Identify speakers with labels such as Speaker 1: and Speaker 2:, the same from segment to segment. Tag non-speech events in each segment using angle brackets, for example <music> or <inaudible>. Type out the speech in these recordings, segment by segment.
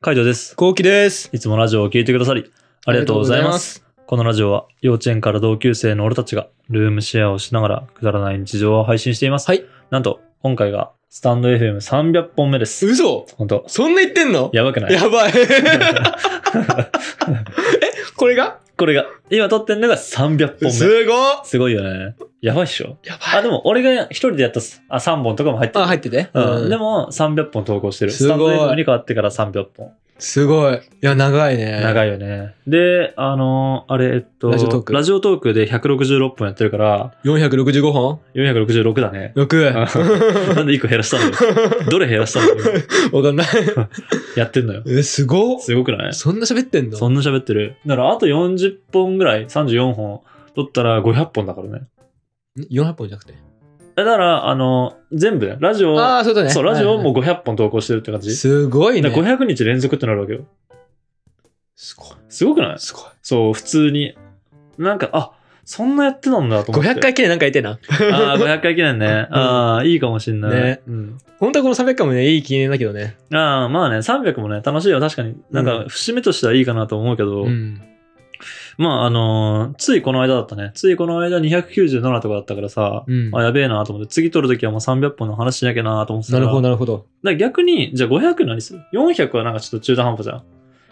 Speaker 1: カイトです。
Speaker 2: こうきです。
Speaker 1: いつもラジオを聞いてくださり、ありがとうございます。
Speaker 2: す。
Speaker 1: このラジオは、幼稚園から同級生の俺たちが、ルームシェアをしながら、くだらない日常を配信しています。
Speaker 2: はい。
Speaker 1: なんと、今回が、スタンド FM300 本目です。
Speaker 2: 嘘
Speaker 1: 本当
Speaker 2: そんな言ってんの
Speaker 1: やばくない
Speaker 2: や
Speaker 1: <laughs>
Speaker 2: ばい。これが
Speaker 1: これが、今撮ってんのが300本目。
Speaker 2: すごっ
Speaker 1: すごいよね。やばいっしょ。
Speaker 2: や
Speaker 1: あ、
Speaker 2: ばい。
Speaker 1: でも、俺が一人でやったす、あ、3本とかも入ってる
Speaker 2: あ、。入ってて。
Speaker 1: うん、で
Speaker 2: も、
Speaker 1: も300本投稿してる。
Speaker 2: す
Speaker 1: ス
Speaker 2: ご
Speaker 1: タ
Speaker 2: い
Speaker 1: ンド FM に変わってから300本。
Speaker 2: すごい。いや、長いね。
Speaker 1: 長
Speaker 2: い。
Speaker 1: いよね。で、あのーあれ、えっと、
Speaker 2: ラジオトーク
Speaker 1: ラジオトークで166本やってるから、
Speaker 2: 465本。
Speaker 1: 466だね <laughs>
Speaker 2: ?6。<laughs>
Speaker 1: なんで1個減らしたんだよ。どれ減らしたんだよ。
Speaker 2: わかんない。
Speaker 1: やってんのよ。
Speaker 2: え、すごっ
Speaker 1: すごくない
Speaker 2: そんな喋ってんの
Speaker 1: そんな喋ってる。だからあと40本ぐらい、34本取ったら500本だからね。
Speaker 2: ?400 本じゃなくて。
Speaker 1: だから、あのー全部ね、ラジオ、
Speaker 2: ああ、そうだね。
Speaker 1: そう、ラジオも
Speaker 2: う。
Speaker 1: 500本投稿してるって感じ。
Speaker 2: すごいね
Speaker 1: だ。から500日連続ってなるわけよ。
Speaker 2: すごい。
Speaker 1: すごくない
Speaker 2: すごい。
Speaker 1: そう、普通に。なんか、あそんなやってたんだと思って。
Speaker 2: 500回記念なんか言ってな。
Speaker 1: ああ、500回記念ね。ああ、いいかもしんない。
Speaker 2: ね
Speaker 1: うん。
Speaker 2: 本当はこの300回もね、いい記念だけどね。
Speaker 1: ああ、まあね、300もね、楽しいよ、確かに。なん
Speaker 2: う
Speaker 1: か、
Speaker 2: ん
Speaker 1: 節目としてはいいかなと思うけど、
Speaker 2: うん。
Speaker 1: まあ、あのーついこの間だったね。ついこの間297とかだったからさ、
Speaker 2: うん
Speaker 1: あ、やべえなと思って、次撮るときはもう300本の話しなきゃなと思ってたか
Speaker 2: な
Speaker 1: ら。
Speaker 2: るほど、なるほど。
Speaker 1: だから逆に、じゃあ500何する ?400 はなんかちょっと中途半端じゃん。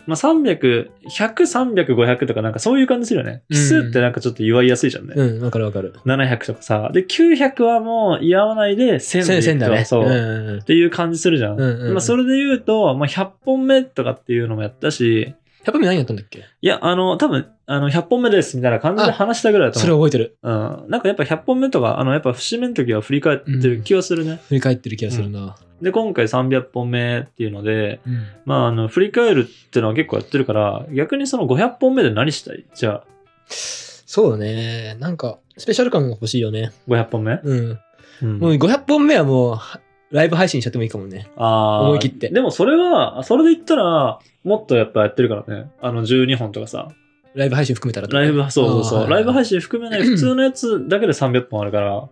Speaker 1: まあ、300、100、300、500とかなんかそういう感じするよね。奇数ってなんかちょっと祝いやすいじゃんね。
Speaker 2: うん、わかるわかる。
Speaker 1: 700とかさ。で、900はもう祝わないで1000でい
Speaker 2: 1000
Speaker 1: くと
Speaker 2: 1000だね。
Speaker 1: そう。
Speaker 2: ん
Speaker 1: っ
Speaker 2: んうん
Speaker 1: ていう感じするじゃん。
Speaker 2: うんうんうん
Speaker 1: まあ、それで言うと、まあ、100本目とかっていうのもやったし、
Speaker 2: 100本目何やったんだっけ
Speaker 1: いや、あの、多分、あの、100本目ですみたいな感じで
Speaker 2: あ
Speaker 1: 話したぐらいだと
Speaker 2: それ
Speaker 1: 思う。
Speaker 2: 覚えてる。
Speaker 1: うん。なんかやっぱ100本目とか、あの、やっぱ節目の時は振り返ってる気はするね。
Speaker 2: 振り返ってる気がするな。
Speaker 1: で、今回300本目っていうので、
Speaker 2: うん
Speaker 1: まあ、あの、振り返るってのは結構やってるから、逆にその500本目で何したいじゃあ、
Speaker 2: そうだね。なんか、スペシャル感が欲しいよね。
Speaker 1: 500本目
Speaker 2: うん。
Speaker 1: うん
Speaker 2: もう500本目はもう、はライブ配信しちゃってもいいかもね。
Speaker 1: あー
Speaker 2: 思い切って
Speaker 1: でもそれは、それで言ったら、もっとやっぱやってるからね。あの、12本とかさ。
Speaker 2: ライブ配信含めたらとか。
Speaker 1: ライブ、そうそうそう。
Speaker 2: あー
Speaker 1: ライブ配信含めない普通のやつだけで300本あるから、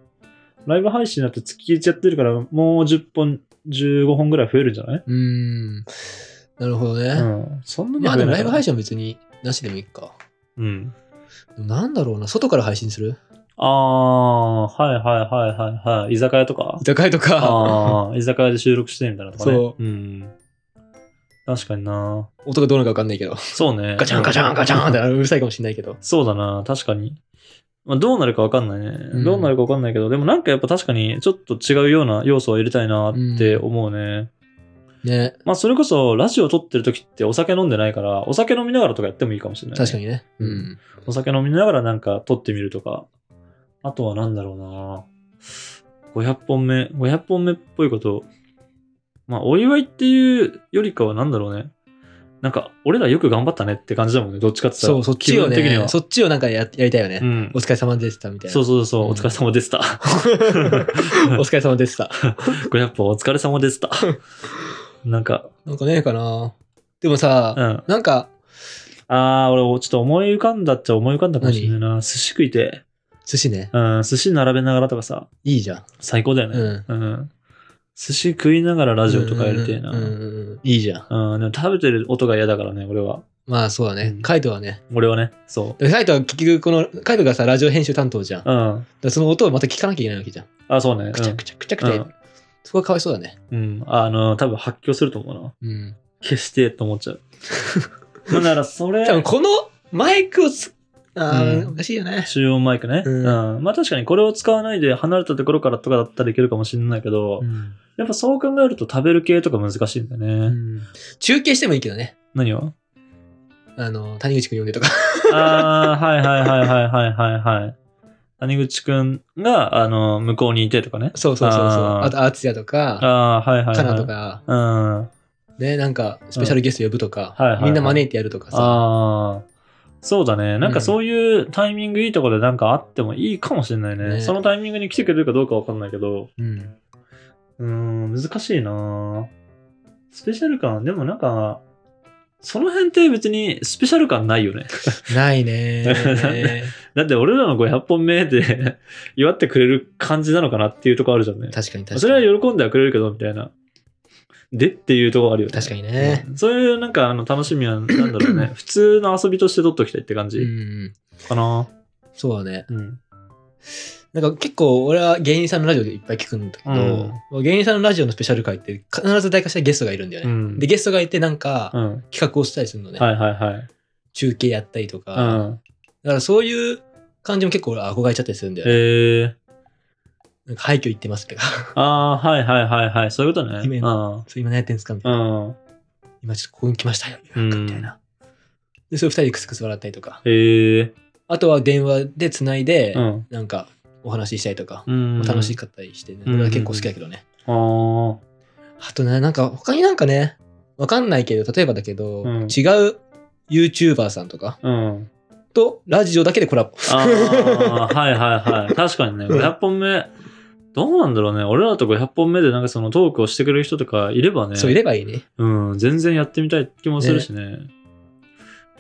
Speaker 1: ライブ配信だって月1やってるから、もう10本、15本ぐらい増えるんじゃないう
Speaker 2: ーん。なるほどね。
Speaker 1: うん。そんなに
Speaker 2: まあでもライブ配
Speaker 1: 信
Speaker 2: 信は別になしでもいいか。
Speaker 1: うん。
Speaker 2: でもなんだろうな。外から配信する
Speaker 1: あー、はいはいはいはいはい。居酒屋とか
Speaker 2: 居酒屋とか、
Speaker 1: ああ、居酒屋で収録してみたいなとかね。。
Speaker 2: そう
Speaker 1: ん。確かにな。
Speaker 2: 音がどうなるかわかんないけど。
Speaker 1: そうね。
Speaker 2: ガチャンガチャンガチャンって <laughs> なるうるさいかもしれないけど。
Speaker 1: そうだな、確かに。まあ、どうなるか分かんないね。
Speaker 2: うん
Speaker 1: どうなるか分かんないけど、でもなんかやっぱ確かにちょっと違うような要素を入れたいなって思うね。
Speaker 2: ね。
Speaker 1: まあそれこそラジオ撮ってる時ってお酒飲んでないから、お酒飲みながらとかやってもいいかもしれない、
Speaker 2: 確か。にね。う。
Speaker 1: うんお酒飲みながらなんか撮ってみるとか。あとはなんだろうな。500本目、500本目っぽいこと。まあお祝いっていうよりかはなんだろうね。なんか俺らよく頑張ったねって感じだもんね。どっちかって言った
Speaker 2: そ
Speaker 1: ら。
Speaker 2: う、そっちを
Speaker 1: 気分的に
Speaker 2: ね、
Speaker 1: は
Speaker 2: そっちをなんかややりたいよね。
Speaker 1: うん
Speaker 2: お。疲れ様でしたみたいな。
Speaker 1: そうそうそう、
Speaker 2: うん
Speaker 1: お疲れ様でした。
Speaker 2: <laughs> お疲れ様でした。
Speaker 1: 500本お疲れ様で
Speaker 2: <laughs>
Speaker 1: した。なんか、
Speaker 2: なんかねえかな。でもさ、
Speaker 1: うん。
Speaker 2: なんか、
Speaker 1: あー、俺、ちょっと思い浮かんだっちゃ思い浮かんだかもしれないな。寿司食いて、
Speaker 2: 寿司ね、
Speaker 1: うん、寿司並べながらとかさ、
Speaker 2: いいじゃん。
Speaker 1: 最高だよ
Speaker 2: う
Speaker 1: ね。
Speaker 2: ん。
Speaker 1: うん。寿司食いながらラジオとかやりてえな。
Speaker 2: うんうんうんうんいいじゃん。
Speaker 1: うん、でも食べてる音が嫌だからね、俺は。
Speaker 2: まあそうだね
Speaker 1: う。ん
Speaker 2: カイトはね。
Speaker 1: 俺はね、そ
Speaker 2: でカイトは結局、この、カイトがさ、ラジオ編集担当じゃん。だ
Speaker 1: う。
Speaker 2: か
Speaker 1: うん。
Speaker 2: らその音をまた聞かなきゃいけないわけじゃん。
Speaker 1: あ、そうね。
Speaker 2: くちゃくちゃくちゃくちゃ。
Speaker 1: うん
Speaker 2: そこはかわいそうだね。
Speaker 1: うん。うん。あの、多分発狂すると思うな。
Speaker 2: うん。
Speaker 1: 消してと思っちゃ
Speaker 2: <laughs>
Speaker 1: う。まあだから、それ。
Speaker 2: 多分このマイクをつ、あー
Speaker 1: うん
Speaker 2: おかしいよね。
Speaker 1: 中音マイクね、う
Speaker 2: うんん
Speaker 1: まあ確かにこれを使わないで離れたところからとかだったらいけるかもしれないけど、
Speaker 2: うん
Speaker 1: やっぱそう考えると食べる系とか難しいんだよね。
Speaker 2: 中継してもいいけどね。
Speaker 1: 何を
Speaker 2: あの、谷口くん呼んでとか。 <laughs>
Speaker 1: ああ、はいはいはいはいはいはいはい。谷口くんが、あの、向こうにいてとかね。
Speaker 2: そうそうそうそう。
Speaker 1: あー
Speaker 2: あと、アーツヤとか、
Speaker 1: ああー、はいはいはい。
Speaker 2: カナとか、
Speaker 1: うん。あ
Speaker 2: ね、なんか、スペシャルゲスト呼ぶとか、
Speaker 1: うんはいはいはい
Speaker 2: みんな招いてやるとかさ。
Speaker 1: あー。そうだね。なんかそういうタイミングいいとこでなんかあってもいいかもしれないね。
Speaker 2: ね
Speaker 1: そのタイミングに来てくれるかどうかわかんないけど。
Speaker 2: うん。
Speaker 1: うーん、難しいなぁスペシャル感、でもなんか、その辺って別にスペシャル感ないよね。 <laughs>
Speaker 2: ないね
Speaker 1: だって俺らの500本目で <laughs> 祝ってくれる感じなのかなっていうとこあるじゃんね。
Speaker 2: 確かに確かに。
Speaker 1: それは喜んではくれるけど、みたいな。でっていうところあるよね。
Speaker 2: 確かにね。
Speaker 1: うんそういうなんかあの楽しみはなんだろう
Speaker 2: <laughs>
Speaker 1: ね。普通の遊びとして取っときたいって感
Speaker 2: う
Speaker 1: じ
Speaker 2: ん。
Speaker 1: かな。
Speaker 2: そうだね。
Speaker 1: うん。
Speaker 2: なんか結構俺は芸人さんのラジオでいっぱい聞くんだけど、芸人さんのラジオのスペシャル回って必ず大化したゲストがいるんだよ
Speaker 1: う
Speaker 2: ね。
Speaker 1: ん。
Speaker 2: で、ゲストがいてなんか
Speaker 1: うん。
Speaker 2: 企画をしたりするのね。
Speaker 1: はいはいはい。
Speaker 2: 中継やったりとか。
Speaker 1: う
Speaker 2: だ
Speaker 1: ん。
Speaker 2: からそういう感じも結構俺は憧れちゃったりするんだよね。
Speaker 1: えー。
Speaker 2: なんか <laughs> 廃墟行ってますけど、
Speaker 1: ああー、はいはいはいはい。そういうことね。
Speaker 2: イベン
Speaker 1: うん。
Speaker 2: それ今何やってんですかみた
Speaker 1: う
Speaker 2: いな。
Speaker 1: ん。
Speaker 2: 今ちょっとここに来ましたよ。
Speaker 1: うん
Speaker 2: みたいな。で、それ二人でクスクス笑ったりとか。
Speaker 1: へえ。
Speaker 2: あとは電話でつないで、
Speaker 1: うん。
Speaker 2: なんかお話ししたりとか、
Speaker 1: うん。
Speaker 2: 楽しかったりしてね。
Speaker 1: うん
Speaker 2: 俺は結構好きだけどね。
Speaker 1: ああ。
Speaker 2: あとね、なんか他になんかね、わかんないけど、例えばだけど、
Speaker 1: うん
Speaker 2: 違う YouTuber さんとか
Speaker 1: うん。
Speaker 2: とラジオだけでコラボ。
Speaker 1: ああ、はいはい <laughs> はい。確かにね、
Speaker 2: うん
Speaker 1: 500本目、どうなんだろうね。俺らと500本目でなんかそのトークをしてくれる人とかいればね、
Speaker 2: <laughs> そういればいいね。
Speaker 1: うん、全然やってみたい気もするしね。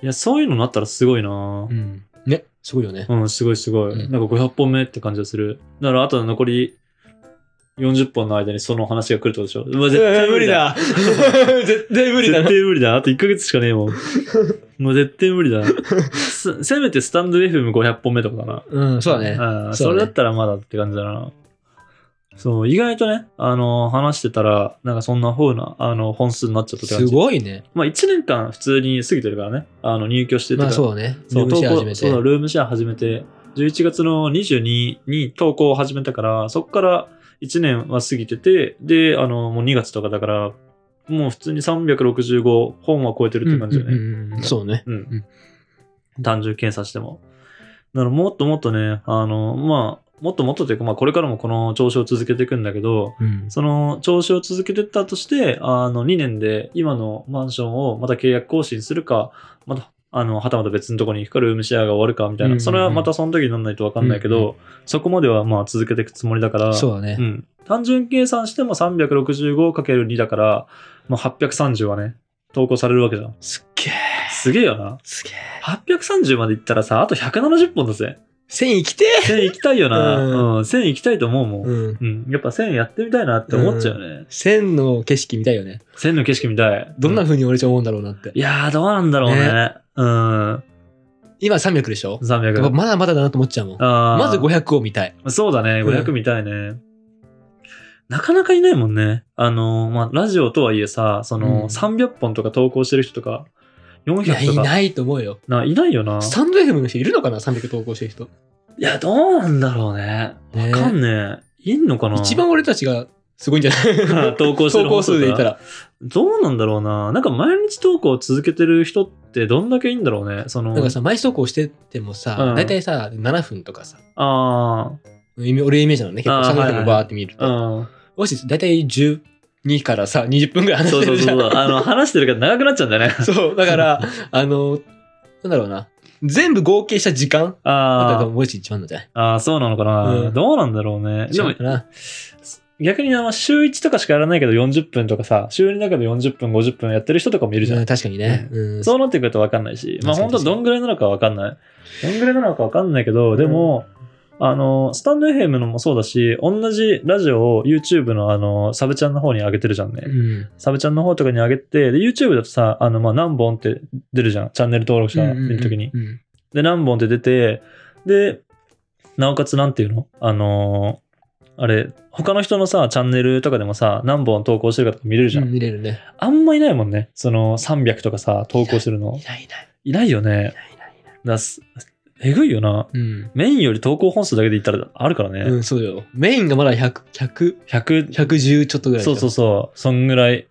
Speaker 1: いや、そういうのなったらすごいな
Speaker 2: うん。ね、すごいよね。
Speaker 1: うん、すごいすごい。
Speaker 2: うん
Speaker 1: なんか500本目って感じがする。だからあと残り40本の間にその話が来るってことでしょ。うわ、絶対無理だ。。
Speaker 2: <laughs> 絶対無理だ
Speaker 1: 絶
Speaker 2: な。
Speaker 1: 対無理だ。あと1ヶ月しかねえ
Speaker 2: <laughs>
Speaker 1: もん。もう絶対無理だ。すせめてスタンド FM500 本目とかかな。
Speaker 2: うん、そうだね。
Speaker 1: ああ
Speaker 2: そ
Speaker 1: そう
Speaker 2: ね
Speaker 1: れだったらまだって感じだな。そう、意外とね、あの、話してたら、なんかそんな方な、あの、本数になっちゃったって
Speaker 2: す
Speaker 1: 感じ。
Speaker 2: ごいね。
Speaker 1: まあ、1年間普通に過ぎてるからね、あの、入居してて
Speaker 2: ま
Speaker 1: から。
Speaker 2: あそうね。
Speaker 1: そう、
Speaker 2: ルームシェア
Speaker 1: 投稿
Speaker 2: 始め
Speaker 1: そう
Speaker 2: て
Speaker 1: だ、。ルームシェア始めて、11月の22に投稿を始めたから、そこから1年は過ぎてて、で、あの、もう2月とかだから、もう普通に365本は超えてるって感じだよね。
Speaker 2: うんうんうんそうね。
Speaker 1: うん。単純検査しても。だからもっともっとね、あの、まあ、もっともっとというか、まあ、これからもこの調子を続けていくんだけど、
Speaker 2: うん
Speaker 1: その調子を続けてったとして、あの、2年で今のマンションをまた契約更新するか、また、あの、はたまた別のところに行くか、ルームシェアが終わるかみたい
Speaker 2: うんうんう
Speaker 1: な、
Speaker 2: ん
Speaker 1: それはまたその時になんないとわかんないけ
Speaker 2: うん
Speaker 1: ど、そこまではまあ続けていくつもりだから、
Speaker 2: そうだね
Speaker 1: う。ん。単純計算しても 365×2 だから、まあ、830はね、投稿されるわけじゃん。
Speaker 2: すっげえ。
Speaker 1: すげえよな。
Speaker 2: すげえ。
Speaker 1: 830までいったらさ、あと170本だぜ。
Speaker 2: 線行きてえ
Speaker 1: 1000行きたいよな。
Speaker 2: <laughs> う
Speaker 1: うんん、1000行きたいと思うもん。
Speaker 2: うん。
Speaker 1: うん、やっぱ1000やってみたいなって思っちゃうよね。
Speaker 2: 線の景色見たいよね。
Speaker 1: 1000の景色見たい。
Speaker 2: どんな
Speaker 1: う
Speaker 2: 風に俺じゃ思うんだろうなって。
Speaker 1: いやー、どうなんだろうね。
Speaker 2: ね
Speaker 1: うん、
Speaker 2: 今300でしょやっぱ
Speaker 1: 300。
Speaker 2: まだまだだなと思っちゃうもん。
Speaker 1: あー
Speaker 2: まず500を見たい。
Speaker 1: そうだね、
Speaker 2: うん
Speaker 1: 500見たいね。なかなかいないもんね。あのー、まあ、ラジオとはいえさ、その、
Speaker 2: うん
Speaker 1: 300本とか投稿してる人とか、
Speaker 2: いや、
Speaker 1: 400と
Speaker 2: い
Speaker 1: か。
Speaker 2: ないと思うよ。
Speaker 1: ないないよな。
Speaker 2: スタンド FM の人いるのかな ?300 投稿してる人。
Speaker 1: いや、どうなんだろうね。わ
Speaker 2: ね
Speaker 1: かんねえ。いんのかな
Speaker 2: 一番俺たちがすごいんじゃない
Speaker 1: <laughs> 投稿して
Speaker 2: 投
Speaker 1: る
Speaker 2: 稿
Speaker 1: 本数
Speaker 2: 数で言ったら。
Speaker 1: どうなんだろうな。なんか毎日投稿を続けてる人ってどんだけいいんだろうね。その、
Speaker 2: なんかさ、毎日投稿してても
Speaker 1: う
Speaker 2: さ、
Speaker 1: ん
Speaker 2: 大体さ、7分とかさ、
Speaker 1: あ
Speaker 2: イメ俺イメージなのね。結構
Speaker 1: あー
Speaker 2: 300
Speaker 1: はいは
Speaker 2: も
Speaker 1: い
Speaker 2: バーって見る
Speaker 1: あ、
Speaker 2: と。
Speaker 1: うん。
Speaker 2: もし、大体12からさ、20分ぐらい話
Speaker 1: そ
Speaker 2: し
Speaker 1: うそう
Speaker 2: てる
Speaker 1: そう
Speaker 2: じゃ
Speaker 1: そ
Speaker 2: ん。 <laughs>
Speaker 1: う。あの、話してるから長くなっちゃうんだよね。
Speaker 2: そう、だから、あの、なんだろうな。全部合計した時間だったら
Speaker 1: あ
Speaker 2: もう一一番なんじゃない
Speaker 1: あ、ああ、そうなのかな、
Speaker 2: うん
Speaker 1: どうなんだろうね。で
Speaker 2: 違
Speaker 1: も
Speaker 2: う、かな。
Speaker 1: 逆にあの、週1とかしかやらないけど40分とかさ、週2だけど40分、50分やってる人とかもいるじゃん。
Speaker 2: うん確かにね。うん
Speaker 1: そうなってくると分かんないし、まあ
Speaker 2: 確
Speaker 1: 本
Speaker 2: かに
Speaker 1: 当どんぐらいなのか分かんない。どんぐらいなのか分かんないけど、でも、あの、スタンド FM のもそうだし、同じラジオを YouTube のあの、サブチャンの方に上げてるじゃんね。
Speaker 2: うん
Speaker 1: サブチャンの方とかに上げて、で、YouTube だとさ、あの、まあ何本って出るじゃん。チャンネル登録者の時に。
Speaker 2: うんうんうん
Speaker 1: で、何本って出て、で、なおかつなんていうのあのーあれ、他の人のさ、チャンネルとかでもさ、何本投稿してるかとか見れるじゃ
Speaker 2: うん
Speaker 1: ん。
Speaker 2: 見れるね。
Speaker 1: あんまいないもんね。その300とかさ、投稿してるの
Speaker 2: い。ないいない。
Speaker 1: いないよね。
Speaker 2: いないいない。
Speaker 1: だすえぐいよな。
Speaker 2: うん。
Speaker 1: メインより投稿本数だけで言ったらあるからね。
Speaker 2: うん、そうよ。メインがまだ100、100、
Speaker 1: 100、
Speaker 2: 110ちょっとぐらいだ
Speaker 1: そ
Speaker 2: よ
Speaker 1: うそうそう、そんぐらい。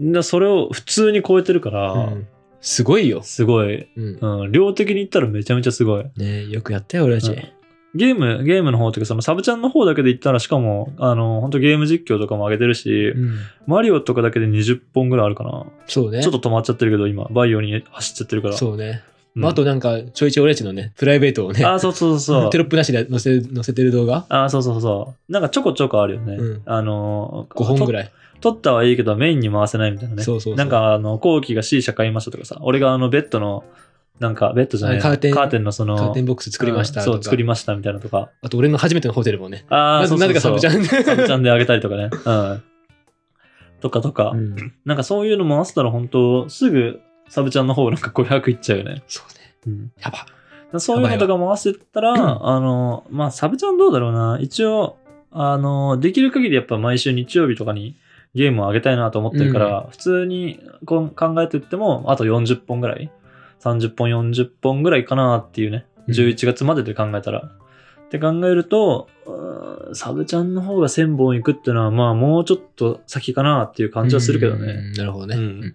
Speaker 1: だそれを普通に超えてるから、
Speaker 2: うんすごいよ。
Speaker 1: すごい、
Speaker 2: うん。
Speaker 1: うん。量的に言ったらめちゃめちゃすごい。
Speaker 2: ねよくやったよ、俺たち。
Speaker 1: うんゲーム、ゲームの方というか、そのサブチャンの方だけで言ったら、しかも、あの、本当ゲーム実況とかも上げてるし、
Speaker 2: うん
Speaker 1: マリオとかだけで20本ぐらいあるかな。
Speaker 2: そうね。
Speaker 1: ちょっと止まっちゃってるけど、今、バイオに走っちゃってるから。
Speaker 2: そうね。
Speaker 1: うん
Speaker 2: まああとなんか、ちょいちょい俺たちのね、プライベートをね、
Speaker 1: あ、そうそうそうそう。
Speaker 2: テロップなしで載せ載せてる動画、
Speaker 1: あ、そうそうそう。なんかちょこちょこあるよね。
Speaker 2: うん
Speaker 1: あの、
Speaker 2: 5本ぐらい。
Speaker 1: 取ったはいいけどメインに回せないみたいなね。
Speaker 2: そうそうそう
Speaker 1: なんかあの、後期が C 社買いましたとかさ、俺があのベッドの、なんかベッドじゃない
Speaker 2: カーテン
Speaker 1: のその、
Speaker 2: カーテンボックス作りまし
Speaker 1: う
Speaker 2: たとか。
Speaker 1: んそう、作りましたみたいなとか。
Speaker 2: あと俺の初めてのホテルもね。
Speaker 1: ああ、
Speaker 2: まず
Speaker 1: そう
Speaker 2: な
Speaker 1: そう
Speaker 2: ぜかサ
Speaker 1: そう
Speaker 2: ブちゃん。 <laughs>
Speaker 1: サブチャンであげたりとかね。うん。とかとか、
Speaker 2: うん、
Speaker 1: なんかそういうの回せたら本当すぐサブちゃんの方なんか500いっちゃうよね。
Speaker 2: そうね。
Speaker 1: うん
Speaker 2: やば。
Speaker 1: そういうのとか回せたら、あの、まあ、サブちゃんどうだろうな。一応、あの、できる限りやっぱ毎週日曜日とかにゲームを上げたいなと思ってるから、普通にこん考えてっても、あと40本ぐらい ?30 本、40本ぐらいかなっていうね。
Speaker 2: うん
Speaker 1: 11月までで考えたら。って考えると、うーんサブちゃんの方が1000本いくっていうのは、まあ、もうちょっと先かなっていう感じはするけどね。
Speaker 2: うん。なるほどね。
Speaker 1: うん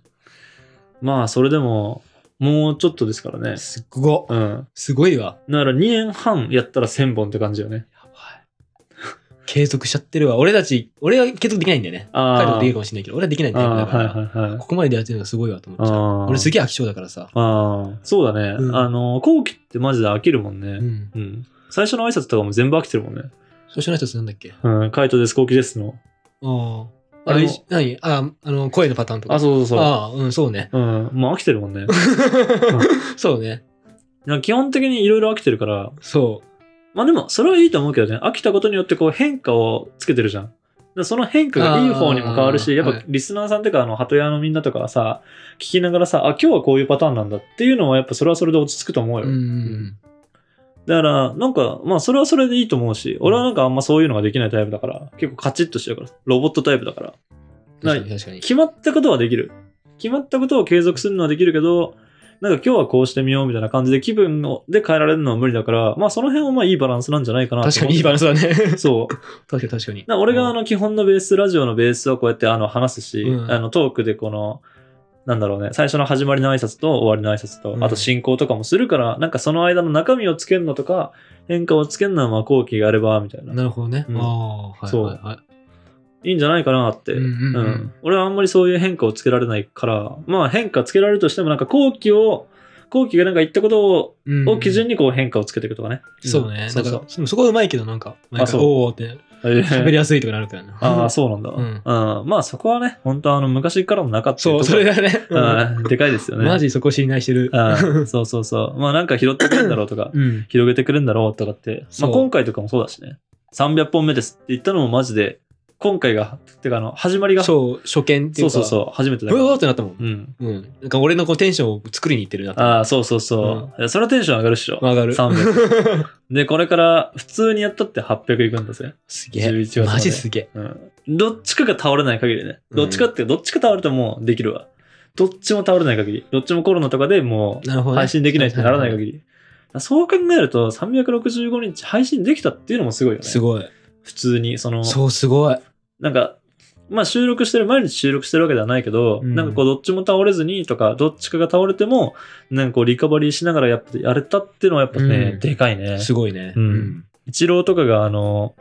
Speaker 1: まあ、それでも、もうちょっとですから
Speaker 2: う
Speaker 1: ね
Speaker 2: ん。すっごい。
Speaker 1: うん。
Speaker 2: すごい
Speaker 1: <laughs>
Speaker 2: わ。
Speaker 1: だから2年半やったら1000本って感じよね。
Speaker 2: やばい。継続しちゃってるわ。俺たち、俺は継続できないんだよね。彼
Speaker 1: あ
Speaker 2: とできるかもしれないけど、俺はできないんだよ。
Speaker 1: あ
Speaker 2: だ
Speaker 1: ー
Speaker 2: か
Speaker 1: はい
Speaker 2: ら、
Speaker 1: はいはい
Speaker 2: こ。こまででやってるのはすごいわと思っちゃう。
Speaker 1: あー
Speaker 2: 俺すげえ飽き性だからさ。
Speaker 1: あーそうだね。
Speaker 2: うん
Speaker 1: あの、後期ってマジで飽きるもん
Speaker 2: う
Speaker 1: ね。
Speaker 2: ん。
Speaker 1: うん。最初の挨拶とかも全部飽きてるもんね。
Speaker 2: 最初の一つなんだっけあ
Speaker 1: うん。カイトです、後期ですの。
Speaker 2: あ。
Speaker 1: あ
Speaker 2: あ
Speaker 1: れ
Speaker 2: れ、何あ、あの、声のパターンとか。
Speaker 1: あ、そうそうそう。
Speaker 2: ああ、うん、そ
Speaker 1: <laughs>
Speaker 2: うね。
Speaker 1: うん。もう飽きてるも
Speaker 2: <laughs>
Speaker 1: んね。
Speaker 2: そうね。
Speaker 1: なんか基本的にいろいろ飽きてるから。
Speaker 2: そ
Speaker 1: まあでも、それはいいと思うけどね。飽きたことによってこう変化をつけてるじゃん。だからその変化がいい方にも変わるし、
Speaker 2: あー
Speaker 1: やっ
Speaker 2: は
Speaker 1: ぱ
Speaker 2: い
Speaker 1: リスナーさんとか、あの、鳩屋のみんなとかはさ、聞きながらさ、あ、今日はこういうパターンなんだっていうのは、やっぱそれはそれで落ち着くと思う
Speaker 2: う。
Speaker 1: よ。
Speaker 2: うんうん
Speaker 1: だから、なんか、まあ、それはそれでいいと思うし、俺はなんかあんまそういうのができないタイプだから、結構カチッとしてるから、ロボットタイプだから。
Speaker 2: うん。
Speaker 1: ない
Speaker 2: 確かに確かに。
Speaker 1: 決まったことはできる。決まったことを継続するのはできるけど、なんか今日はこうしてみようみたいな感じで気分をで変えられるのは無理だから、まあその辺はまあいいバランスなんじゃないかなと思う
Speaker 2: 確かにいいバランスだね。
Speaker 1: そう。
Speaker 2: <laughs> 確かに確かに。
Speaker 1: な俺があの基本のベース、ラジオのベースはこうやってあの話すし、
Speaker 2: うん
Speaker 1: あのトークでこの、なんだろうね、最初の始まりの挨拶と終わりの挨拶と、
Speaker 2: うん
Speaker 1: あと進行とかもするから、なんかその間の中身をつけるのとか、変化をつけるのはまあ後期があれば、みたいな。
Speaker 2: なるほどね。
Speaker 1: うん
Speaker 2: ああ、はい
Speaker 1: そう
Speaker 2: はいはい。
Speaker 1: いいんじゃないかなって。
Speaker 2: うんうんうん
Speaker 1: 俺はあんまりそういう変化をつけられないから、まあ変化つけられるとしてもなんか後期を、後期がなんか言ったことを,、
Speaker 2: うん
Speaker 1: を基準にこう変化をつけていくとかね。
Speaker 2: そうね。
Speaker 1: そ
Speaker 2: だ
Speaker 1: う
Speaker 2: か
Speaker 1: そ
Speaker 2: ら
Speaker 1: う、
Speaker 2: そそこはうまいけど、なんか、毎
Speaker 1: あそ
Speaker 2: 回
Speaker 1: う
Speaker 2: おー
Speaker 1: <laughs>
Speaker 2: って、喋りやすいとかなるからな。 <laughs>
Speaker 1: ああ、そうなんだ。
Speaker 2: うん
Speaker 1: うんまあそこはね、本当あの昔からの中ってい
Speaker 2: そう、
Speaker 1: とこ
Speaker 2: それがね。
Speaker 1: あーでかいですよね。
Speaker 2: マジそこ信頼してる。、
Speaker 1: あーそうそうそう。まあなんか拾ってくるんだろうとか
Speaker 2: うん。
Speaker 1: 広げてくるんだろうとかって、ま
Speaker 2: そ
Speaker 1: あ
Speaker 2: う
Speaker 1: 今回とかもそうだしね。300本目ですって言ったのもマジで、今回が、てかあの、始まりが、そう
Speaker 2: そう、初見ってい
Speaker 1: そう
Speaker 2: うか。
Speaker 1: そう
Speaker 2: う。
Speaker 1: 初めてだ
Speaker 2: ブ
Speaker 1: から。
Speaker 2: ワーってなったもん。
Speaker 1: うん。
Speaker 2: うん。なんか俺のこうテンションを作りにいってるなと。
Speaker 1: ああ、そうそうそう。いやそれはテンション上がるっしょ。
Speaker 2: 上がる。
Speaker 1: 300。で、これから普通にやったって800いくんだぜ。
Speaker 2: <laughs> すげえ。
Speaker 1: 11月まで。
Speaker 2: マジすげえ。
Speaker 1: うん。どっちかが倒れない限りね。どっちかって、どっちか倒れてもできるわ。どっちも倒れない限り。どっちもコロナとかでもう
Speaker 2: なるほどね。
Speaker 1: 配信できないってならない限り。そう考えると、365日配信できたっていうのもすごいよね。
Speaker 2: すごい。
Speaker 1: 普通に、その、
Speaker 2: そう、すごい。
Speaker 1: なんか、まあ収録してる、毎日収録してるわけではないけど、
Speaker 2: うん
Speaker 1: なんかこう、どっちも倒れずにとか、どっちかが倒れても、なんかこう、リカバリーしながらやっぱやれたっていうのはやっぱね、
Speaker 2: うん
Speaker 1: でかいね。
Speaker 2: すごいね。
Speaker 1: うん。一郎とかが、あの、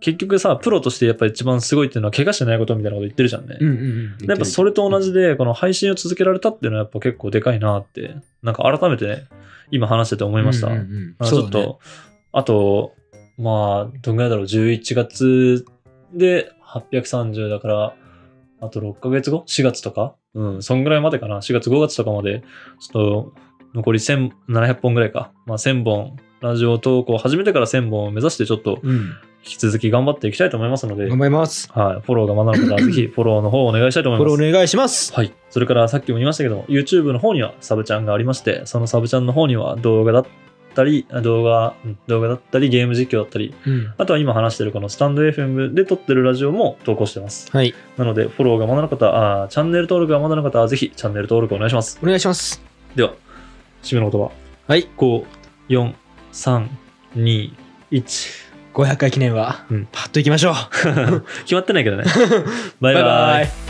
Speaker 1: 結局さ、プロとしてやっぱ一番すごいっていうのは、怪我してないことみたいなこと言ってるじゃんね。
Speaker 2: うんうんうん。
Speaker 1: やっぱそ
Speaker 2: れ、
Speaker 1: れと同じで、この配信を続けられたっていうのはやっぱ結構でかいなって、なんか改めてね、今話してて思いました。
Speaker 2: うんうんう
Speaker 1: あ
Speaker 2: ん
Speaker 1: ちょっと、。あと、まあ、どんぐらいだろう、11月で830だから、あと6ヶ月後 ?4 月とかうん、そんぐらいまでかな。4月、5月とかまで、ちょっと、残り1700本ぐらいか。まあ、1000本、ラジオ投稿始めてから1000本を目指して、ちょっと、
Speaker 2: そうだねうん。
Speaker 1: 引き続き頑張っていきたいと思いますので、
Speaker 2: 頑張ります。
Speaker 1: はい、フォローがまだの方は、ぜひ、フォローの方をお願いしたいと思い
Speaker 2: こ
Speaker 1: ます
Speaker 2: れお。願いします。
Speaker 1: はい。それからさっきも言いましたけど、YouTube の方にはサブチャンがありまして、そのサブチャンの方には動画だったり、あ動画、うん動画だったり、ゲーム実況だったり、
Speaker 2: うん。
Speaker 1: あとは今話してるこのスタンド FM で撮ってるラジオも投稿してます。
Speaker 2: はい。
Speaker 1: なので、フォローがまだの方、あーチャンネル登録がまだの方はぜひチャンネル登録お願いします。
Speaker 2: お願いします。
Speaker 1: では、締めの言葉。
Speaker 2: はい。
Speaker 1: 5、4、3、2、1。 <laughs>
Speaker 2: 500回記念は
Speaker 1: うん、
Speaker 2: パッといきましょう。
Speaker 1: 決まってないけどね。バイバイ。
Speaker 2: バイバイ